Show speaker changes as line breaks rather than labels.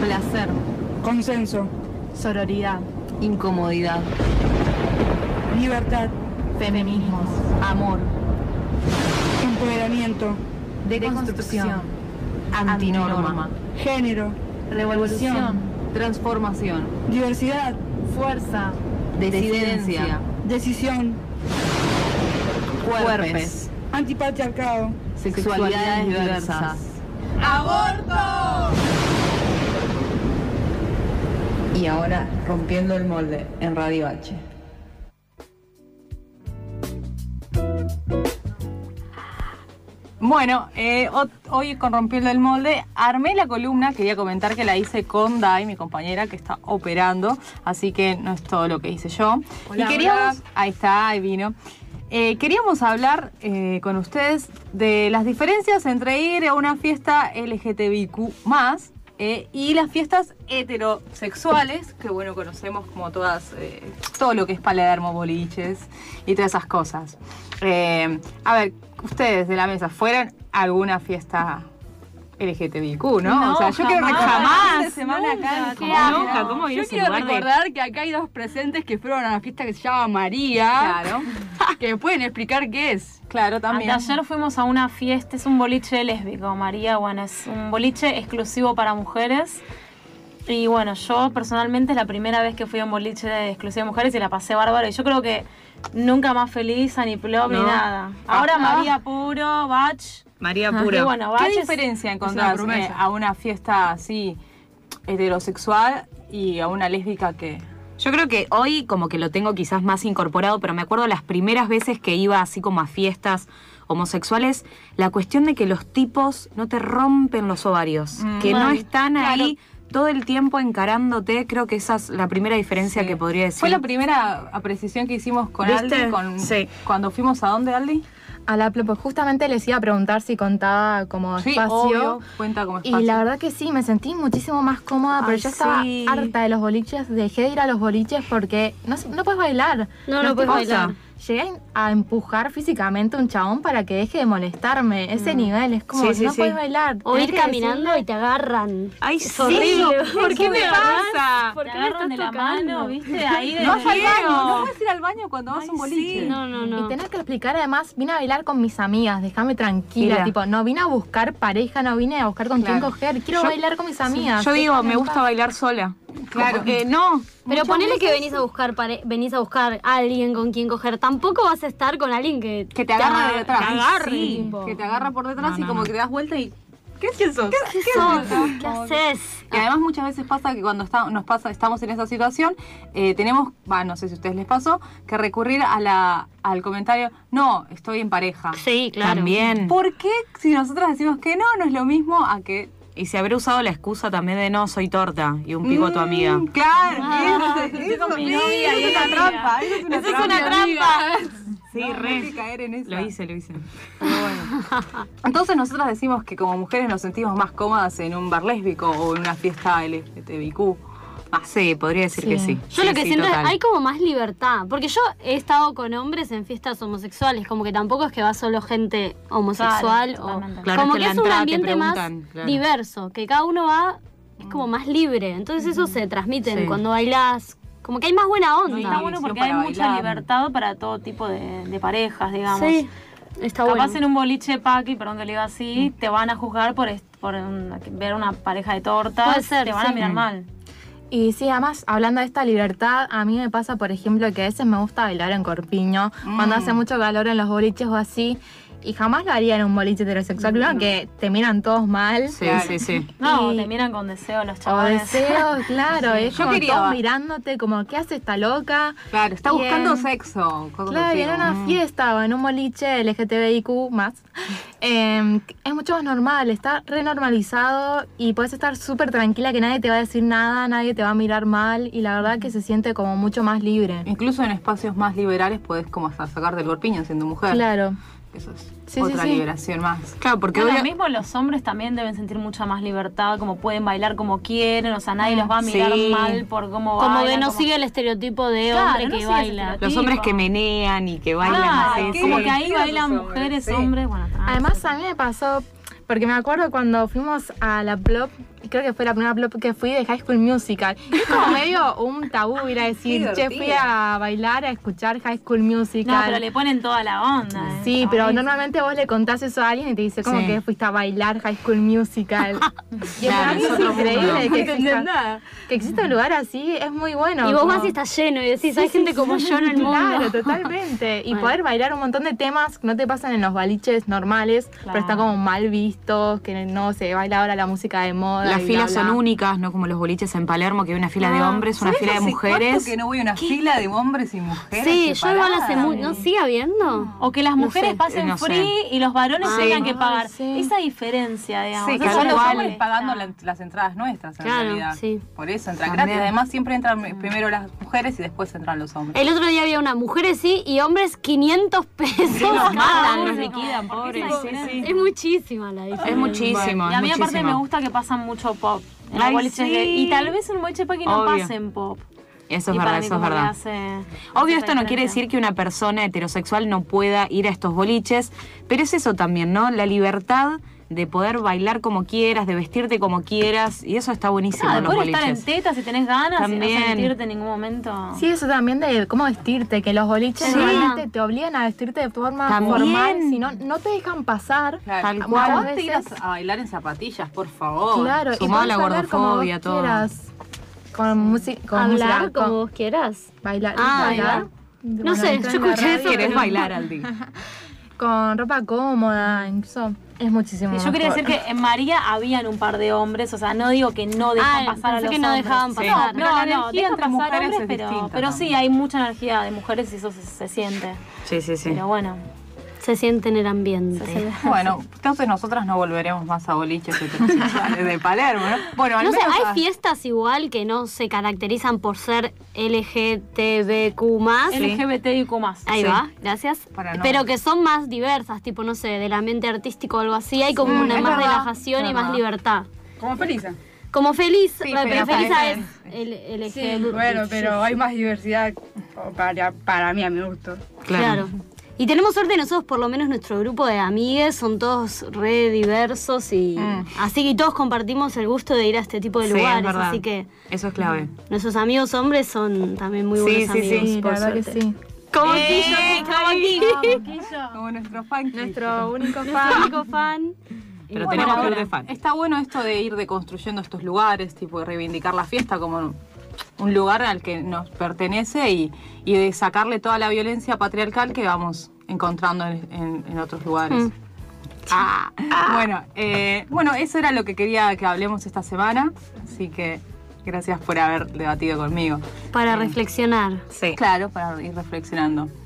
Placer.
Consenso.
Sororidad.
Incomodidad.
Libertad.
Feminismos. Amor.
Empoderamiento.
Deconstrucción.
Antinorma.
Género.
Revolución.
Transformación.
Diversidad.
Fuerza.
Desidencia.
Decisión.
Cuerpes.
Antipatriarcado.
Sexualidades diversas.
Y ahora rompiendo el molde en Radio H.
Bueno, eh, ho- hoy con Rompiendo el Molde armé la columna, quería comentar que la hice con Dai, mi compañera que está operando, así que no es todo lo que hice yo. y queríamos, ahí está, ahí vino. Eh, queríamos hablar eh, con ustedes de las diferencias entre ir a una fiesta LGTBIQ eh, y las fiestas heterosexuales, que bueno, conocemos como todas, eh, todo lo que es Palermo, boliches y todas esas cosas. Eh, a ver, ustedes de la mesa, ¿fueron a alguna fiesta LGTBIQ, no? o sea, yo quiero
jamás. Este
jamás.
semana acá
¿Cómo nunca? ¿Cómo viene
Yo
ese
quiero
lugar de-
recordar que acá hay dos presentes que fueron a una fiesta que se llama María,
Claro,
que me pueden explicar qué es.
claro, también.
Hasta ayer fuimos a una fiesta, es un boliche lésbico, María, bueno, es un boliche exclusivo para mujeres. Y bueno, yo personalmente es la primera vez que fui a un boliche exclusivo de mujeres y la pasé bárbaro. Y yo creo que nunca más feliz, a ni plop, ni
No.
nada. Ahora
Ah.
María Puro, Bach.
María
Ajá.
Pura.
Y bueno,
¿Qué
baches-
diferencia
es una
encontrás
promesa.
eh, a una fiesta así heterosexual y a una lésbica que...
Yo creo que hoy como que lo tengo quizás más incorporado, pero me acuerdo las primeras veces que iba así como a fiestas homosexuales, la cuestión de que los tipos no te rompen los ovarios,
Mm,
que no
Mal.
están ahí todo el tiempo encarándote, creo que esa es la primera diferencia que podría decir.
Fue la primera precisión que hicimos con
¿Viste?
Aldi, con-
Sí.
cuando fuimos a dónde, Aldi.
A la pues justamente les iba a preguntar si contaba como
Sí,
espacio.
obvio, cuenta como espacio.
Y la verdad que sí, me sentí muchísimo más cómoda, pero
Ay,
yo estaba
sí.
harta de los boliches, dejé de ir a los boliches porque no, se- no puedes bailar.
No, no
te
puedes
pasa.
bailar.
Llegué a en- a empujar físicamente a un chabón para que deje de molestarme. Ese nivel es como,
Sí, sí,
no
sí.
puedes bailar.
O
tenés
ir
que
caminando
decirle-
y te agarran.
Ay,
Es
sí.
horrible.
¿Por qué me
pasa?
¿Por
Te
qué me
agarran
estás
de la
tocando?
mano, ¿viste? Ahí de
No vas al baño, no puedes ir al baño cuando vas a un boliche.
No, no, no.
Y tener que explicar además, vine a bailar con mis amigas, déjame tranquila,
Mira.
tipo, no vine a buscar pareja, no vine a buscar con
Claro.
quién coger, quiero
Yo-
bailar con mis amigas.
Yo digo,
déjame
me
en
gusta
paz.
bailar sola.
Claro.
Como que no,
Pero ponele que venís a buscar pare- venís a buscar a alguien con quien coger. Tampoco vas a estar con alguien que.
Que te agarra de detrás.
Te agarre,
Sí,
tipo.
que te agarra por detrás y como que te das vuelta y... ¿Qué es eso?
¿Qué sos? ¿Qué haces?
Y además muchas veces pasa que cuando está- nos pasa, estamos en esa situación, eh, tenemos, bah, no sé si a ustedes les pasó, que recurrir a la, al comentario, no, estoy en pareja.
Sí, claro.
también.
¿Por qué si nosotras decimos que no, no es lo mismo a que...
Y si habré usado la excusa también de no, soy torta y un pico a tu
Mm,
amiga.
Claro,
Ah,
eso,
estoy con
eso,
mi
sí,
novia,
eso
estoy
es una
con mi
trampa. Eso es una
Eso es
trampa.
una
amiga.
Sí,
No, no
re.
hay que caer en esa.
Lo hice, lo hice.
Pero bueno. Entonces nosotras decimos que como mujeres nos sentimos más cómodas en un bar lésbico o en una fiesta LGTBIQ.
Ah, sí, podría decir
Sí.
que sí.
Yo
Sí,
lo que
sí,
siento
total.
es hay como más libertad. Porque yo he estado con hombres en fiestas homosexuales. Como que tampoco es que va solo gente homosexual.
Claro,
o-
totalmente.
Claro, es
como
que
que,
la
es un
entrada te
ambiente más
preguntan, claro.
diverso. Que cada uno va. Es como más libre. Entonces eso se transmite en
Sí.
cuando bailás. Como que hay más buena
No,
onda.
Está bueno porque hay
para
mucha
bailar.
libertad para todo tipo de, de parejas, digamos.
Sí, está
Capaz
bueno. Mm.
en un boliche paqui, perdón que le diga así, te van a juzgar por, est- por un- ver una pareja de tortas,
Puede ser,
te van a
sí.
mirar mal.
Y sí, además, hablando de esta libertad, a mí me pasa, por ejemplo, que a veces me gusta bailar en corpiño, cuando hace
Mm.
mucho calor en los boliches o así, y jamás lo haría en un boliche heterosexual, primero
Mm.
que te miran todos mal,
Sí, sí, sí.
No,
Y-
te miran con deseo los
o
chavales.
deseos, claro, es
Yo
como
quería-
todos mirándote, como, ¿qué hace esta loca?
Claro, está
Y
buscando
en-
sexo. cosas
Claro,
así,
y en una
¿no?
fiesta o en un boliche LGTBIQ más, eh, es mucho más normal, está renormalizado y puedes estar súper tranquila que nadie te va a decir nada, nadie te va a mirar mal y la verdad que se siente como mucho más libre.
Incluso en espacios más liberales podés como hasta sacar del corpiño siendo mujer.
Claro.
Eso es
Sí,
otra
sí, sí.
liberación más.
Claro, porque
Bueno,
hoy...
lo mismo los hombres también deben sentir mucha más libertad, como pueden bailar como quieren, o sea, nadie los va a mirar
Sí.
mal por cómo
Ah, Como que
bailan,
no
como-
sigue el estereotipo de
Claro,
hombre
no
que
sigue ese
baila.
Los
Sí,
hombres
va.
que menean y que bailan
Ah,
así.
qué
sí.
como que ahí
divertidos
bailan
los hombres,
mujeres,
sí.
hombres, bueno, trans.
Además a mí me pasó, porque me acuerdo cuando fuimos a la Plop creo que fue la primera plop que fui de High School Musical. Y es como medio un tabú ir a decir, che, fui a bailar, a escuchar High School Musical.
No, pero le ponen toda la onda. ¿eh?
Sí, pero
Ay,
normalmente vos le contás eso a alguien y te dice como
Sí.
que fuiste a bailar High School Musical. y
Claro,
para mí
es
es
otro mundo.
increíble que exista,
nada.
que exista un lugar así, es muy bueno.
y vos
como-
vas y está lleno y decís, hay gente como yo en el mundo.
Claro, totalmente. Y
Bueno.
poder bailar un montón de temas que no te pasan en los baliches normales, pero
Claro.
están como mal vistos, que no se baila ahora la música de moda.
Las
y
filas
bla, bla.
son únicas, no como los boliches en Palermo, que hay una fila de
Ah,
hombres, una fila de mujeres.
que no voy a una fila de hombres y mujeres?
Sí, yo igual
separadas?
hace mucho. ¿No sigue habiendo?
O que las mujeres
sé,
pasen
no sé.
free y los varones
Ah,
tengan
sí.
que pagar.
Ay, sí.
Esa diferencia, digamos.
Sí,
Eso
que
es
son
lo
los
que
hombres
molesta.
pagando la- las entradas nuestras en
Claro,
realidad.
sí.
Por eso entran
También.
gratis. Además siempre entran primero las mujeres y después entran los hombres.
El otro día había una mujeres sí y hombres 500 pesos
los
cada
matan,
uno.
los liquidan,
¿Por qué
pobres.
esa
Sí,
diferencia? Es muchísima la diferencia.
Es muchísimo.
Y a mí
es
aparte me
muchísimo.
gusta que pasan mucho pop. En los
Ay,
boliches
sí.
gay. Y tal vez en un boliche para que no
Obvio.
pasen pop.
Eso es
Y para
verdad,
mí
eso es
como que
verdad.
hace- hace
Obvio,
esa
esto no quiere
diferencia.
decir que una persona heterosexual no pueda ir a estos boliches, pero es eso también, ¿no? La libertad de poder bailar como quieras, de vestirte como quieras, y eso está buenísimo
Ah,
en los
después de estar en
boliches.
teta si tenés ganas y
También.
no sentirte en ningún momento.
Sí, eso también de cómo vestirte, que los boliches
Sí.
normalmente te obligan a vestirte de forma
También.
formal, si no, no te dejan pasar.
Tal
Muchas
cual.
Vos te irás
veces-
a bailar en zapatillas, por favor.
Claro, y
sumado a la
podés hablar como vos
gordofobia, todo.
quieras, con, música, con
Hablar
música,
como
con
vos quieras.
bailar,
Ah,
bailar.
bailar. No sé,
entrar
yo
en la
escuché eso,
radio,
¿Quieres
pero-
bailar, Aldi?
Con ropa cómoda, incluso es muchísimo
Sí, yo quería
mejor.
decir que en María habían un par de hombres, o sea, no digo que no
Ah,
dejan pasar a
pensé
los
que no
hombres.
dejaban
Sí.
pasar.
Pero la
No, no,
energía
dejan
entre
pasar
mujeres
hombres,
es
pero,
distinta
pero sí,
también.
hay mucha energía de mujeres y eso se, se siente.
Sí, sí, sí.
Pero bueno,
Se siente en el ambiente.
Bueno, entonces nosotras no volveremos más a boliches heterosexuales de Palermo, ¿no? Bueno, al
No sé,
menos
hay
a-
fiestas igual que no se caracterizan por ser LGTBQ+.
LGBTIQ más.
Ahí va, gracias.
Para no-
Pero que son más diversas, tipo, no sé, del ambiente artístico o algo así. Hay como
Mm,
una
es
más
verdad,
relajación
es
y más
verdad.
libertad.
Como Felisa.
Como feliz, pero,
pero
Felisa
parece-
es el, el
Sí, bueno, pero hay más diversidad o para, para mí, a mi gusto.
Claro.
Claro.
Y tenemos suerte nosotros, por lo menos nuestro grupo de amigues, son todos re diversos y así que todos compartimos el gusto de ir a este tipo de
Sí, es
lugares,
verdad.
así que
Eso es clave.
nuestros amigos hombres son también muy
Sí,
buenos
sí, sí.
amigos.
Sí, la
por
verdad que
suerte.
sí.
Como Quillo, como Quillo.
Eh, Como nuestro fan.
Nuestro único
Nuestro
fan.
único fan.
Pero tenemos
Y bueno,
club
ahora-
de fan.
Está bueno esto de ir deconstruyendo estos lugares, tipo de reivindicar la fiesta como un lugar al que nos pertenece y, y de sacarle toda la violencia patriarcal que vamos encontrando en, en- en otros lugares.
Mm,
Ah, Bueno, eh, bueno, eso era lo que quería que hablemos esta semana, así que gracias por haber debatido conmigo.
Para reflexionar.
Sí.
Claro, para ir reflexionando.